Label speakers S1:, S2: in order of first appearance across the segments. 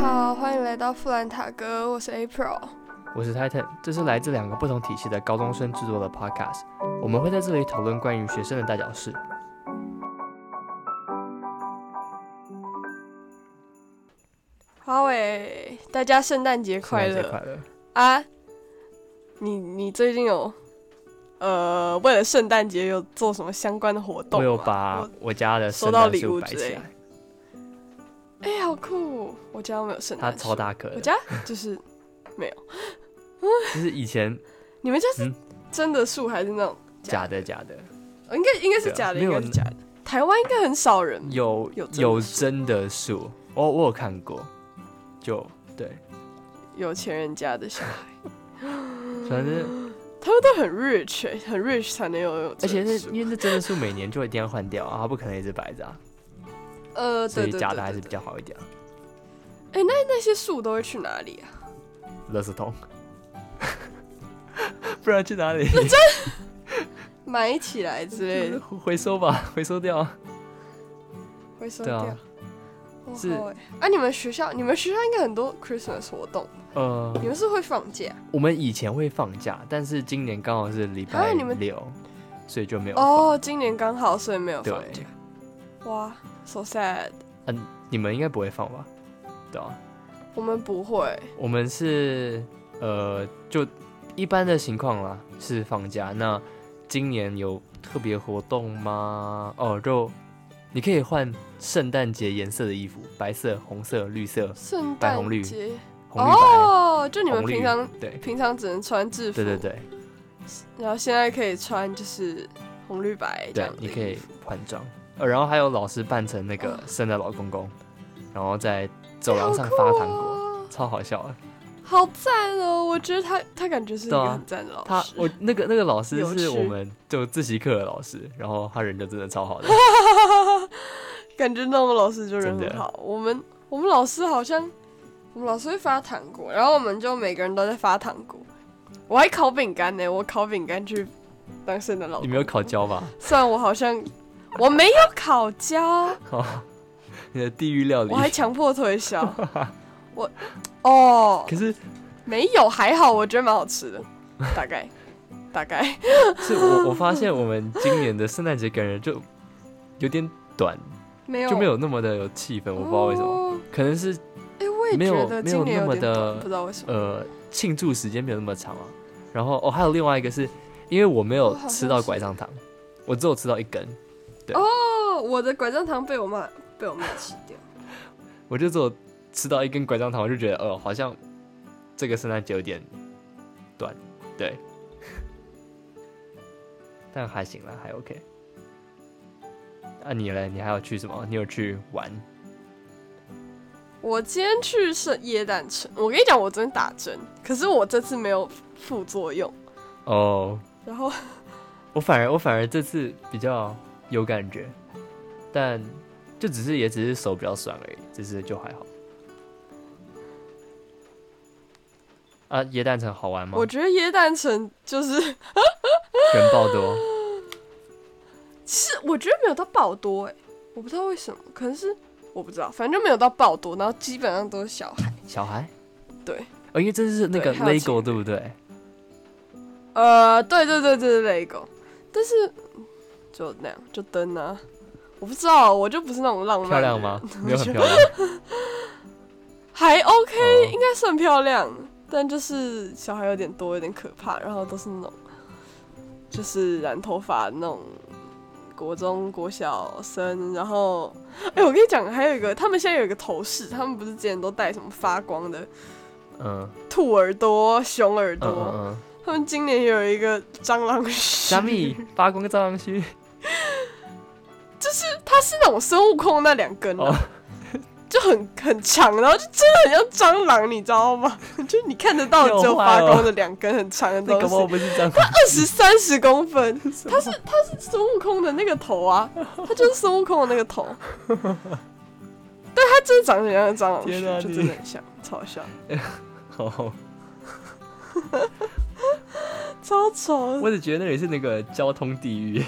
S1: 好，欢迎来到富兰塔哥，我是 April。
S2: 我是 Titan，这是来自两个不同体系的高中生制作的 Podcast，我们会在这里讨论关于学生的大小事。
S1: 好诶，大家圣诞节快
S2: 圣诞节
S1: 乐
S2: 快乐！
S1: 啊！你你最近有呃为了圣诞节有做什么相关的活动
S2: 我
S1: 吗？
S2: 有把我家的
S1: 收
S2: 圣
S1: 到
S2: 诞
S1: 礼
S2: 树
S1: 物
S2: 摆
S1: 之
S2: 起
S1: 类
S2: 来，
S1: 哎、好酷！我家没有圣
S2: 它
S1: 诞
S2: 超
S1: 树，
S2: 大颗
S1: 我
S2: 的，
S1: 家就是
S2: 就是以前
S1: 你们家是
S2: 嗯
S1: 真的树还是那种？
S2: 假的假的，
S1: 呃应该应该是
S2: 对啊
S1: 假的，
S2: 没
S1: 应
S2: 有
S1: 该是假的。台湾应该很少人
S2: 有
S1: 有真的
S2: 有
S1: 树
S2: 真的树，我我有看过，就对，
S1: 有钱人家的小孩，
S2: 反
S1: 嗯
S2: 正
S1: 他们都很 rich，、欸、很 rich 才能有有
S2: 而
S1: 这
S2: 且那
S1: 个树。
S2: 因为那真的树每年就一定要换掉啊，它不可能一直摆着啊，
S1: 呃，
S2: 所
S1: 对
S2: 以
S1: 对对
S2: 假的还
S1: 对
S2: 是
S1: 对
S2: 比较好一点啊。
S1: 那些树都会去哪里啊？
S2: 垃圾桶， 不然去哪 里？
S1: 埋起来之类 的，
S2: 回收吧，回收掉啊。
S1: 回收
S2: 对
S1: 掉。
S2: 啊，
S1: 哦
S2: 是
S1: 好欸啊，你们学校，你们学校应该很多 Christmas 活动，
S2: 呃，
S1: 你们是会放假
S2: 我们以前会放假，但是今年刚好是礼拜
S1: 啊你们
S2: 六，所以就没有。
S1: 哦？今年刚好，所以没有
S2: 对
S1: 放假。哇，so sad。
S2: 你们应该不会放吧？对啊，
S1: 我们不会，
S2: 我们是呃，就一般的情况啦，是放假。那今年有特别活动吗？哦，就你可以换圣诞节颜色的衣服，白色、红色、绿色、
S1: 圣
S2: 白红
S1: 诞
S2: 绿
S1: 节
S2: 红绿白。
S1: 哦，就你们
S2: 红绿
S1: 平常
S2: 对
S1: 平常只能穿制服，
S2: 对对对
S1: 然后现在可以穿就是红绿白这
S2: 对
S1: 样，的
S2: 你
S1: 衣服，哦
S2: 可以换装。呃，然后还有老师扮成那个圣诞老公公，然后在走廊上发糖果。
S1: 果，
S2: 超好笑的。
S1: 哦好赞哦！我觉得他他感觉是一
S2: 对
S1: 个
S2: 啊
S1: 很赞的老
S2: 他
S1: 师，
S2: 我那个那个老师
S1: 有趣
S2: 是我们就自习课的老师，然后他人就真的超好的，
S1: 感觉那种老师就人很
S2: 真的
S1: 好。我们我们老师好像，我们老师会发糖果，然后我们就每个人都在发糖果。我还烤饼干呢，我烤饼干去当圣诞老公。
S2: 你没有烤？焦吧？
S1: 虽然我好像我没有烤焦，
S2: 哦，你的地狱料理
S1: 我。还强迫推 销。我哦
S2: 可，是
S1: 没有，还好，我觉得蛮好吃的，大概大 概。
S2: 是我我发现我们今年的圣诞节感觉就有点短，
S1: 没有
S2: 就没有那么的有气氛，我不知道为什么，
S1: 哦
S2: 可能是
S1: 哎、我也
S2: 没有
S1: 觉得
S2: 没有
S1: 今年
S2: 那么
S1: 有点短
S2: 的
S1: 不知道为什么。
S2: 呃庆祝时间没有那么长啊。然后哦，还有另外一个是因为我没有
S1: 哦好像
S2: 吃到
S1: 是
S2: 拐杖糖，我只有吃到一根，呃
S1: 哦，我的拐杖糖被我妈被我妈吃掉。
S2: 我就只有吃到一根拐杖糖，我就觉得，呃，好像这个圣诞节有点短，对， 但还行啦，还 OK。那、你嘞？你还有去什么？你有去玩？
S1: 我今天去是耶诞城，我跟你讲，我昨天打针，可是我这次没有副作用。
S2: 哦、
S1: 然后
S2: 我反而我反而这次比较有感觉，但就只是也只是手比较酸而已，只是就还好。啊，椰蛋城好玩吗
S1: 我？觉得耶诞城就是
S2: 人爆多，
S1: 是，我觉得没有到爆多哎、我不知道为什么，可能是我不知道，反正没有到爆多，然后基本上都是小孩。
S2: 小孩？
S1: 对，
S2: 哦，因为这是那
S1: 对
S2: 个
S1: 还有情
S2: LEGO
S1: 侣
S2: 对不对？
S1: 呃，对对对对对，lego，但是嗯就那样就灯啊，我不知道，我就不是那种浪漫。
S2: 漂亮吗？？没有很漂亮。
S1: 还 OK，
S2: 哦
S1: 应该算漂亮，但就是小孩有点多，有点可怕，然后都是那种，就是染头发那种国中、国小生，然后，哎、我跟你讲，还有一个，他们现在有一个头饰，他们不是之前都戴什么发光的
S2: 嗯
S1: 兔耳朵、熊耳
S2: 嗯
S1: 朵，
S2: 嗯嗯，
S1: 他们今年有一个蟑螂须，
S2: 加 密发光照上去。
S1: 它是那种孙悟空那两根、啊。
S2: 哦
S1: 就很很长，然后就真的很像蟑螂，你知道吗？ 就你看得到只有
S2: 又坏
S1: 发
S2: 了
S1: 光的两根很长的
S2: 那
S1: 东
S2: 个
S1: 西，
S2: 猫不是这样，它
S1: 二十三十公分， 它 是它是孙悟空的那个头啊，它就是孙悟空的那个头， 但它真的长得很像蟑螂
S2: 天啊
S1: 须，就
S2: 你
S1: 真的很像，超像，
S2: 哦，
S1: 超丑的。
S2: 我只觉得那里是那个交通地狱。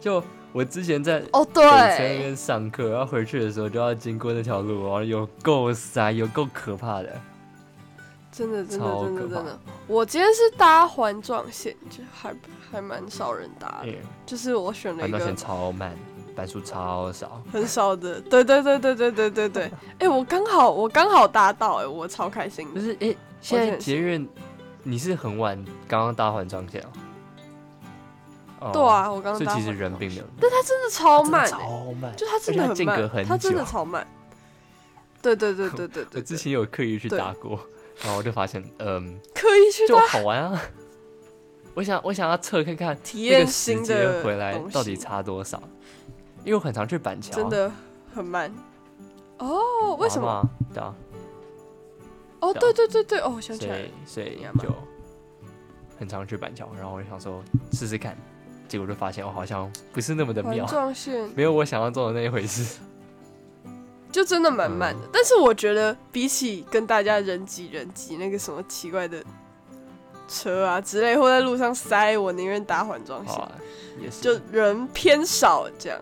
S2: 就我之前在
S1: 哦，
S2: 北车那
S1: 对，
S2: 边上课，然后回去的时候就要经过那条路，然后有够塞，有够可怕的。
S1: 真的真的
S2: 超
S1: 真的
S2: 可怕
S1: 真的，我今天是搭环状线，就还还蛮少人搭的，
S2: 嗯，
S1: 就是我选了
S2: 环
S1: 一
S2: 状
S1: 啊个
S2: 线超慢，班数超少。
S1: 很少的，对对对对对对对对，哎、我刚好我刚好搭到、哎，我超开心的，
S2: 就是诶，现在
S1: 很
S2: 捷运你是很晚刚刚搭环状线哦。哦
S1: 对，啊，我刚刚
S2: 所以
S1: 搭
S2: 其
S1: 环状，
S2: 实人并没有，
S1: 真的超
S2: 真的
S1: 慢、哎
S2: 超慢。
S1: 就它真的很
S2: 而且它间隔
S1: 慢，
S2: 很
S1: 它真的
S2: 久
S1: 超慢，对对对对对
S2: 我
S1: 对
S2: 之
S1: 对，
S2: 前有刻意去
S1: 对
S2: 搭过，然后我就发现，嗯，
S1: 刻意去
S2: 就
S1: 搭
S2: 好玩啊。我想，我想要测看看
S1: 体
S2: 那
S1: 验
S2: 个时
S1: 新
S2: 节
S1: 的
S2: 回来
S1: 东
S2: 到底
S1: 西
S2: 差多少，因为我很常去板桥，啊
S1: 真的很慢。哦，为什么？
S2: 嘛？对啊，
S1: 哦，
S2: 对
S1: 对
S2: 啊
S1: 对对对，哦，我想起
S2: 所
S1: 来了
S2: 以，所以
S1: 你干嘛
S2: 就很常去板桥，然后我就想说试试看，结果就发现我好像不是那么的
S1: 环
S2: 妙，
S1: 状线
S2: 没有我想象中的那一回事。
S1: 就真的蛮慢
S2: 嗯
S1: 的。但是我觉得比起跟大家人挤人挤那个什么奇怪的车啊之类，或在路上塞，我宁愿搭环状
S2: 好
S1: 线，
S2: 啊，也是，
S1: 就人偏少这样，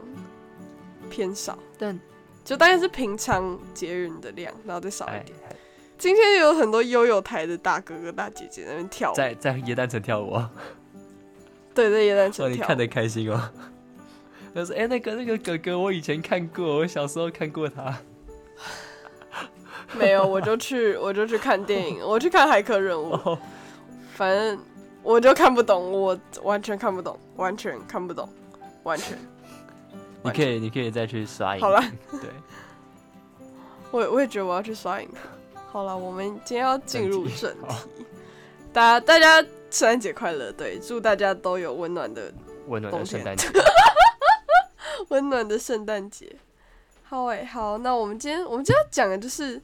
S1: 偏少，
S2: 但
S1: 就大概是平常捷运的量，然后再少一
S2: 哎
S1: 点。，今天有很多悠悠台的大哥哥大姐姐在那边跳舞，
S2: 在在耶诞城跳舞啊，
S1: 对，在椰蛋
S2: 说
S1: 城
S2: 你
S1: 跳舞。
S2: 看得开心哦。 他说：“哎、那个那个哥哥，我以前看过，我小时候看过他。
S1: 没有，我就去，我就去看电影，我去看《骇客任务》
S2: 哦，
S1: 反正我就看不懂，我完全看不懂，完全看不懂，完全。
S2: 你可以，你可以再去刷一
S1: 好了，
S2: 对，
S1: 我也我也觉得我要去刷影了。好了，我们今天要进入正
S2: 正题
S1: 题，大家大家圣诞节快乐！对，祝大家都有温暖的
S2: 温暖的
S1: 冬天
S2: 圣 诞节。
S1: 温暖的圣诞节。好诶、好，那我们今天我们今天要讲的就是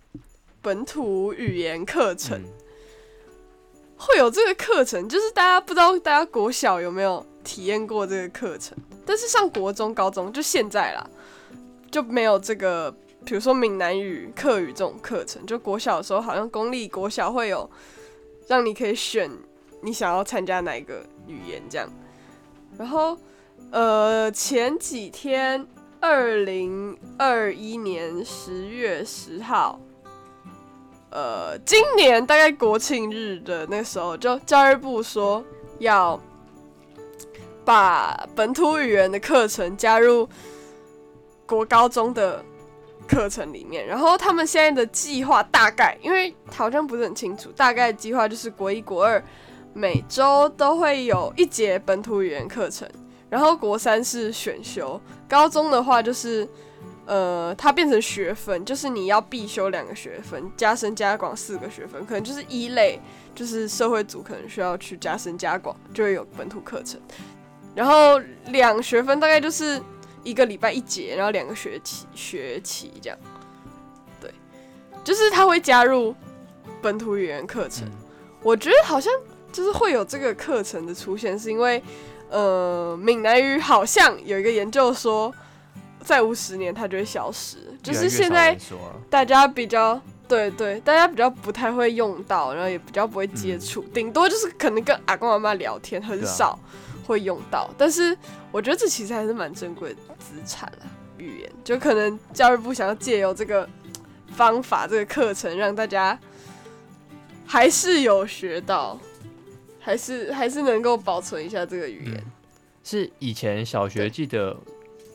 S1: 本土语言课程。
S2: 嗯，
S1: 会有这个课程，就是大家不知道大家国小有没有体验过这个课程，但是上国中、高中就现在啦，就没有这个，比如说闽南语、客语这种课程。就国小的时候，好像公立国小会有让你可以选你想要参加哪一个语言这样。然后，呃，前几天，二零二一年十月十号，呃，今年大概国庆日的那时候，就教育部说要把本土语言的课程加入国高中的课程里面。然后他们现在的计划大概，因为好像不是很清楚，大概计划就是国一、国二每周都会有一节本土语言课程，然后国三是选修，高中的话就是。呃，它变成学分，就是你要必修两个学分，加深加广四个学分，可能就是一类，就是社会组可能需要去加深加广，就会有本土课程。然后两学分大概就是一个礼拜一节，然后两个学期学期这样。对，就是它会加入本土语言课程。
S2: 嗯
S1: 我觉得好像就是会有这个课程的出现，是因为呃，闽南语好像有一个研究说，再五十年它就会消失，就
S2: 越
S1: 是
S2: 来越
S1: 现
S2: 少
S1: 在
S2: 人说了
S1: 大家比较对对，大家比较不太会用到，然后也比较不会接触，顶、多就是可能跟阿公阿妈聊天，很
S2: 嗯对啊
S1: 少会用到。但是我觉得这其实还是蛮珍贵的资产啊，语言就可能教育部想要借由这个方法、这个课程，让大家还是有学到，还是还是能够保存一下这个语言。
S2: 嗯是以前小学记得，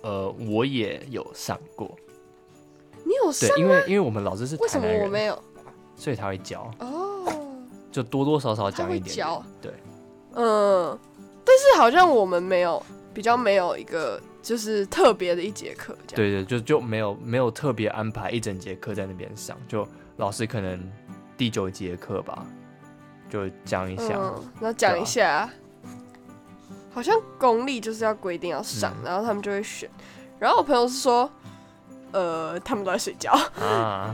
S2: 呃，我也有上过。
S1: 你有上啊
S2: 对，？因为因为我们老师是
S1: 为
S2: 台
S1: 什么
S2: 南
S1: 我
S2: 人，
S1: 没有？
S2: 所以他会教，
S1: 哦。
S2: 就多多少少
S1: 他
S2: 讲
S1: 会
S2: 一点点。
S1: 教，
S2: 对，
S1: 嗯，但是好像我们没有比较没有一个就是特别的一节课这样，
S2: 对对，就就没有没有特别安排一整节课在那边上，就老师可能第九节课吧，就讲一下。啊
S1: 嗯，那讲一下，好像公立就是要规定要上，
S2: 嗯
S1: 然后他们就会选，然后我朋友是说，呃，他们都在睡觉，
S2: 啊，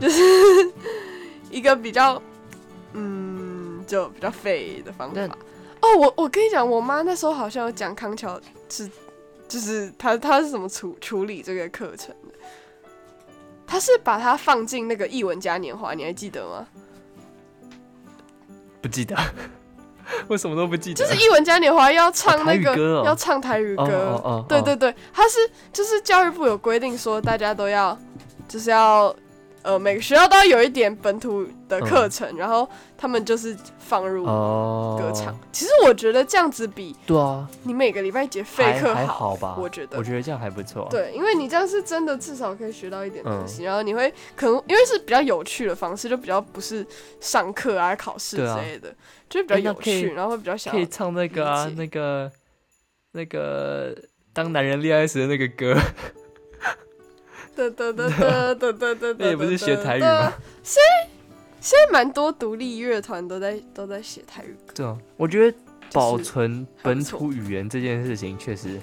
S1: 一个比较，嗯，就比较废的方法
S2: 但。
S1: 哦，我我跟你讲，我妈那时候好像有讲康桥是，就是她她是怎么处处理这个课程的。她是把它放进那个《艺文嘉年华》，你还记得吗？
S2: 不记得， 我什么都不记
S1: 就
S2: 得。
S1: 是一文嘉年华要唱那
S2: 哦台语歌
S1: 个
S2: 哦
S1: 要唱台语
S2: 哦
S1: 歌
S2: 哦，哦，
S1: 对
S2: 哦
S1: 对对，他是就是教育部有规定说，大家都要就是要呃每个学校都要有一点本土的课程，然后他们就是放入
S2: 嗯哦，
S1: 歌唱。其实我觉得这样子比
S2: 对啊，
S1: 你每个礼拜节
S2: 还
S1: 废课
S2: 还
S1: 好，
S2: 好吧？
S1: 我觉得
S2: 我觉得这样还不错。，
S1: 对，因为你这样是真的至少可以学到一点东
S2: 嗯
S1: 西，然后你会可能因为是比较有趣的方式，就比较不是上课啊考试
S2: 对啊
S1: 之类的，就是比较
S2: 诶那
S1: 有
S2: 可以
S1: 趣，然后会比较想
S2: 可以
S1: 要
S2: 唱那个啊
S1: 理，解
S2: 那个那个当男人恋爱时的那个歌，
S1: 哒哒 哒哒哒哒哒，
S2: 那也不是学台语吗？
S1: 现在蛮多独立乐团都在都在写台语歌，
S2: 对啊， 我觉得保
S1: 哦就是
S2: 存本
S1: 还
S2: 土语言这件事情确实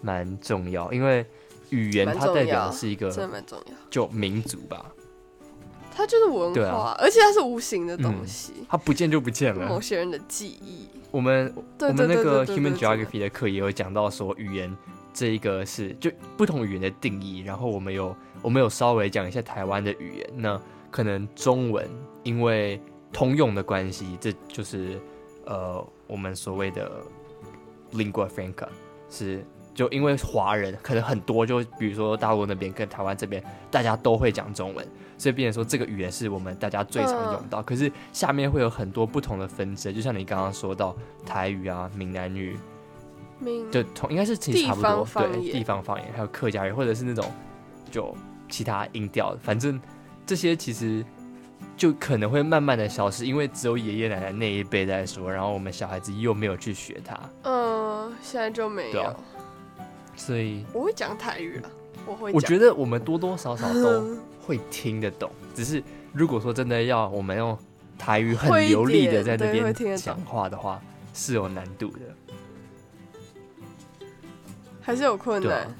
S2: 蛮重要，因为语言
S1: 蛮
S2: 它
S1: 重
S2: 代表
S1: 要
S2: 的是一
S1: 真的
S2: 个
S1: 蛮重要。
S2: 就民族吧，
S1: 它就是文
S2: 对
S1: 化，
S2: 啊嗯
S1: 而且它是无形的东西，
S2: 它不见就不见了
S1: 某。些人的记忆。
S2: 我们
S1: 对
S2: 我
S1: 对
S2: 们那
S1: 对
S2: 个
S1: 对对
S2: Human
S1: 对真的
S2: Geography 的课也有讲到说，语言这一个是就不同语言的定义，然后我们有我们有稍微讲一下台湾的语言，那可能中文因为通用的关系，这就是呃我们所谓的 lingua franca 是。就因为华人可能很多，就比如说大陆那边跟台湾这边，大家都会讲中文，所以变成说这个语言是我们大家最常用
S1: 嗯
S2: 到。可是下面会有很多不同的分支，就像你刚刚说到台语啊、闽南语，
S1: 明
S2: 就同应该是其实
S1: 地
S2: 差不
S1: 方
S2: 多，
S1: 方
S2: 对
S1: 言
S2: 地方方言，还有客家语，或者是那种就其他音调，反正这些其实就可能会慢慢的消失，因为只有爷爷奶奶那一辈在说，然后我们小孩子又没有去学它，
S1: 嗯，现在就没
S2: 对
S1: 有
S2: 啊。所以
S1: 我会讲台语了，我会
S2: 我
S1: 讲。
S2: 觉得我们多多少少都会听得 懂，只是如果说真的要我们用台语很
S1: 会一
S2: 流利的
S1: 点
S2: 在那
S1: 对会听
S2: 边
S1: 得懂
S2: 讲话的话，是有难度的。
S1: 还是有困
S2: 对啊
S1: 难。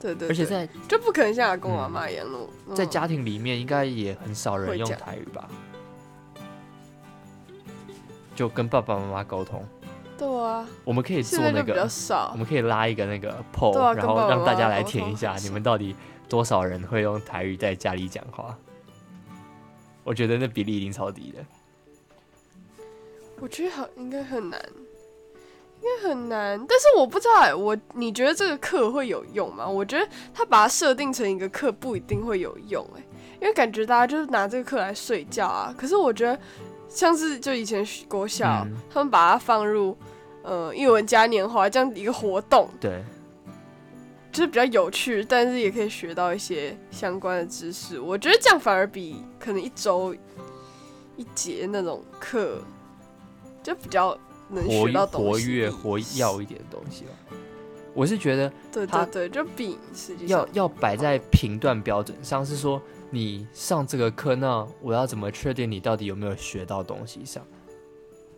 S1: 对对对，
S2: 而且在
S1: 就不可能像阿公阿妈一样录，嗯
S2: 在家庭里面应该也很少人
S1: 会
S2: 用
S1: 讲
S2: 台语吧？就跟爸爸妈妈沟通，
S1: 对啊，
S2: 我们可以
S1: 现
S2: 做
S1: 在
S2: 那
S1: 就比较
S2: 个，嗯
S1: 少
S2: 我。们可以拉一个那个 poll，、
S1: 对啊
S2: 然
S1: 跟
S2: 后
S1: 爸爸
S2: 让大家
S1: 妈妈
S2: 来
S1: 沟
S2: 填
S1: 通
S2: 一下，
S1: 很
S2: 你
S1: 少
S2: 们到底多少人会用台语在家里讲话？我觉得那比例一定超低的。
S1: 我觉得好应该很难，应该很难。但是我不知道哎、我你觉得这个课会有用吗？我觉得他把它设定成一个课不一定会有用哎、因为感觉大家就是拿这个课来睡觉啊。可是我觉得像是就以前国小、
S2: 嗯
S1: 他们把它放入呃英文嘉年华这样一个活动，
S2: 对，
S1: 就是比较有趣，但是也可以学到一些相关的知识。我觉得这样反而比可能一周一节那种课就比较能
S2: 活
S1: 学
S2: 跃
S1: 到东
S2: 活
S1: 西。
S2: 跃活跃一点的东西吧。我是觉得
S1: 对
S2: 它
S1: 对对，就比实际
S2: 要
S1: 上
S2: 要摆在评断标准上，是说你上这个课，那我要怎么确定你到底有没有学到东西上？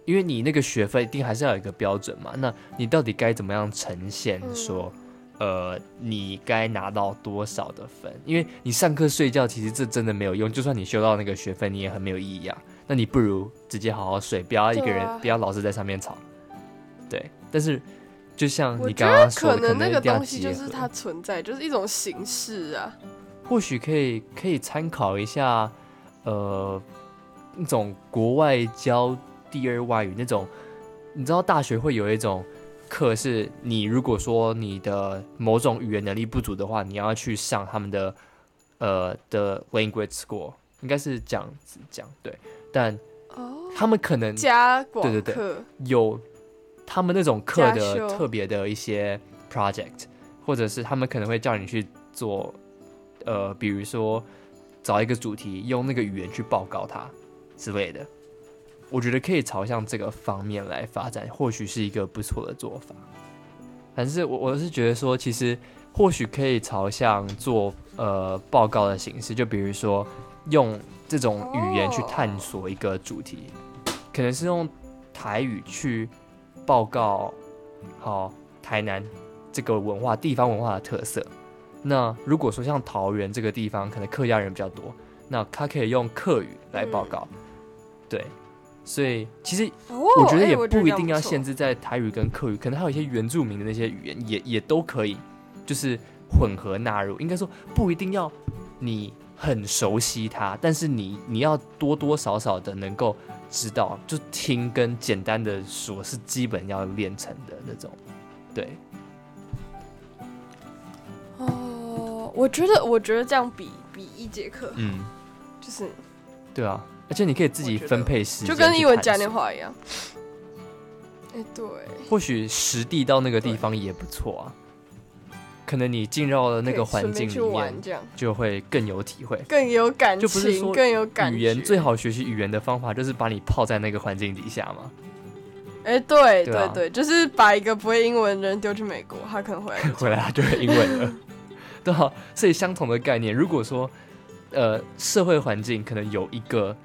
S2: 因为你那个学分一定还是要有一个标准嘛，那你到底该怎么样呈现
S1: 嗯
S2: 说，呃，你该拿到多少的分？因为你上课睡觉，其实这真的没有用，就算你修到那个学分，你也很没有意义啊。那你不如直接好好睡，不要一个
S1: 对
S2: 人，
S1: 啊
S2: 不要老是在上面吵。对，但是就像
S1: 我
S2: 你
S1: 觉
S2: 刚
S1: 得
S2: 刚说
S1: 可
S2: 的，可
S1: 能那
S2: 一
S1: 个
S2: 定要
S1: 东西
S2: 结
S1: 就是
S2: 合
S1: 它存在，就是一种形式啊。
S2: 或许可以可以参考一下，呃，那种国外教第二外语那种，你知道大学会有一种课是，你如果说你的某种语言能力不足的话，你要去上他们的呃的 language school，应该是这样子讲对，但
S1: 哦，
S2: 他们可能
S1: 加广
S2: 对对
S1: 课
S2: 有他们那种课
S1: 加
S2: 的
S1: 修
S2: 特别的一些 project，或者是他们可能会叫你去做，呃，比如说找一个主题，用那个语言去报告它之类的。我觉得可以朝向这个方面来发展，或许是一个不错的做法。但是我我是觉得说，其实或许可以朝向做呃报告的形式，就比如说用这种语言去探索一个主题，可能是用台语去报告好台南这个文化地方文化的特色。那如果说像桃园这个地方，可能客家人比较多，那他可以用客语来报告。对，所以其实
S1: 哦，
S2: 我觉得
S1: 哎
S2: 也
S1: 我
S2: 不
S1: 这
S2: 一
S1: 样
S2: 定要限
S1: 错
S2: 制在台语跟客语，可能还有一些原住民的那些语言也也都可以，就是混合纳入。应该说不一定要你很熟悉它，但是你你要多多少少的能够知道，就听跟简单的说是基本要练成的那种。对，
S1: 哦，我觉得我觉得这样比比一节课
S2: 嗯，
S1: 就是
S2: 对啊，而且你可以自己
S1: 我觉得
S2: 分配时间，
S1: 就跟英文嘉年。华一样。哎、对，
S2: 或许实地到那个地方也不错啊。可能你进入了那
S1: 可
S2: 个
S1: 以
S2: 环
S1: 顺便
S2: 境里
S1: 去
S2: 面
S1: 玩，这样
S2: 就会更有体会。
S1: 更有感
S2: 就不是
S1: 情，
S2: 说
S1: 更有感觉。
S2: 语言最好学习语言的方法就是把你泡在那个环境底下嘛。
S1: 哎、对
S2: 对啊
S1: 对，就是把一个不会英文的人丢去美国，他可能回来就
S2: 回来他就会英文 了，对啊，所以相同的概念，如果说呃社会环境可能有一个，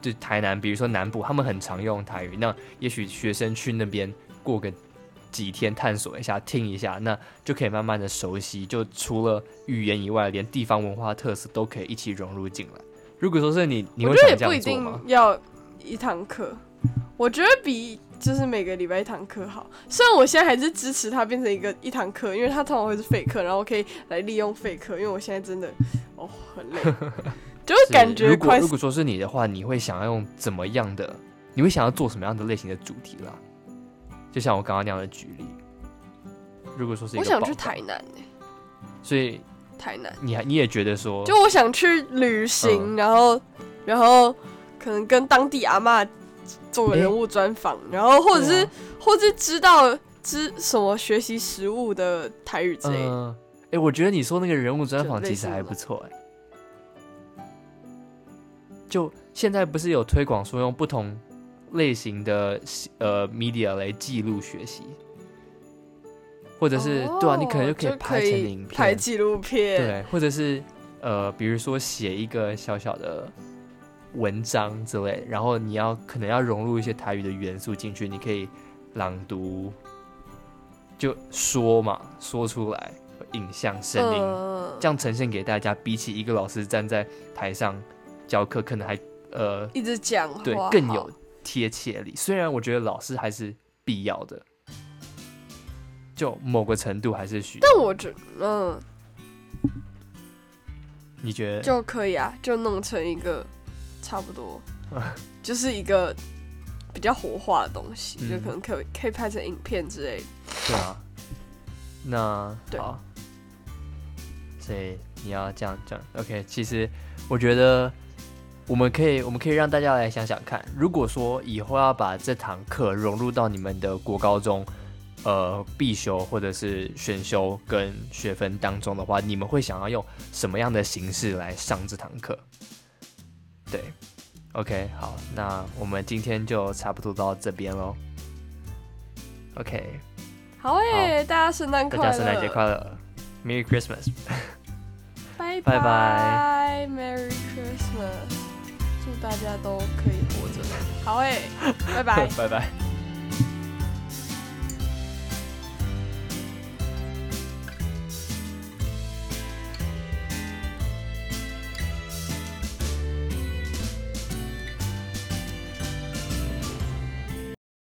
S2: 就台南，比如说南部，他们很常用台语，那也许学生去那边过个几天探索一下，听一下，那就可以慢慢的熟悉，就除了语言以外，连地方文化特色都可以一起融入进来。如果说是你，你
S1: 我
S2: 会
S1: 觉得也
S2: 想这
S1: 不一
S2: 样做
S1: 定
S2: 吗？
S1: 要一堂课，我觉得比就是每个礼拜一堂课好。虽然我现在还是支持它变成一个一堂课，因为它通常会是废课，然后我可以来利用废课，因为我现在真的哦很 累，就会
S2: 是
S1: 感觉
S2: 如果
S1: 快
S2: 如果说是你的话，你会想要用怎么样的？你会想要做什么样的类型的主题啦？就像我刚刚那样的举例，如果说是一
S1: 我
S2: 个
S1: 想
S2: 宝
S1: 去
S2: 岛
S1: 台南、欸、
S2: 所以
S1: 台南，
S2: 你还你也觉得说，
S1: 就我想去旅行，然
S2: 嗯
S1: 后然后可能跟当地阿嬷做个
S2: 诶
S1: 人物专访，然后或者
S2: 对
S1: 是、
S2: 啊
S1: 或者是知道知什么学习食物的台语之类的。
S2: 嗯，哎、我觉得你说那个人物专访
S1: 就类
S2: 其
S1: 似
S2: 实还
S1: 那
S2: 不
S1: 种
S2: 错、哎。就现在不是有推广说用不同类型的呃 media 来记录学习，或者是、对啊，你可能
S1: 哦
S2: 就可以
S1: 可
S2: 拍成
S1: 以
S2: 影片，啊
S1: 拍纪录片，
S2: 对，或者是呃，比如说写一个小小的文章之类，然后你要可能要融入一些台语的元素进去，你可以朗读，就说嘛，说出来，影像、声音，
S1: 嗯
S2: 这样呈现给大家。比起一个老师站在台上教课，可能还呃，
S1: 一直讲话，
S2: 对，更有贴切力。虽然我觉得老师还是必要的，就某个程度还是需要。
S1: 但我觉嗯
S2: 你觉得？
S1: 就可以啊，就弄成一个差不 多，就是一个比较活化的东西，
S2: 嗯
S1: 就可能可以可以拍成影片之类的。
S2: 对啊，那
S1: 对
S2: 好，所以你要这样这样 OK，其实我觉得我们可以，我们可以让大家来想想看，如果说以后要把这堂课融入到你们的国高中。呃，必修或者是选修跟学分当中的话，你们会想要用什么样的形式来上这堂课？对，OK，好，那我们今天就差不多到这边喽。OK，
S1: 好诶、大家圣诞
S2: 大
S1: 快乐，
S2: 家圣诞节快乐，Merry Christmas。
S1: 拜
S2: 拜
S1: 拜，Merry 哎 Christmas，祝大家都可以活着。好诶、拜拜。
S2: 拜拜。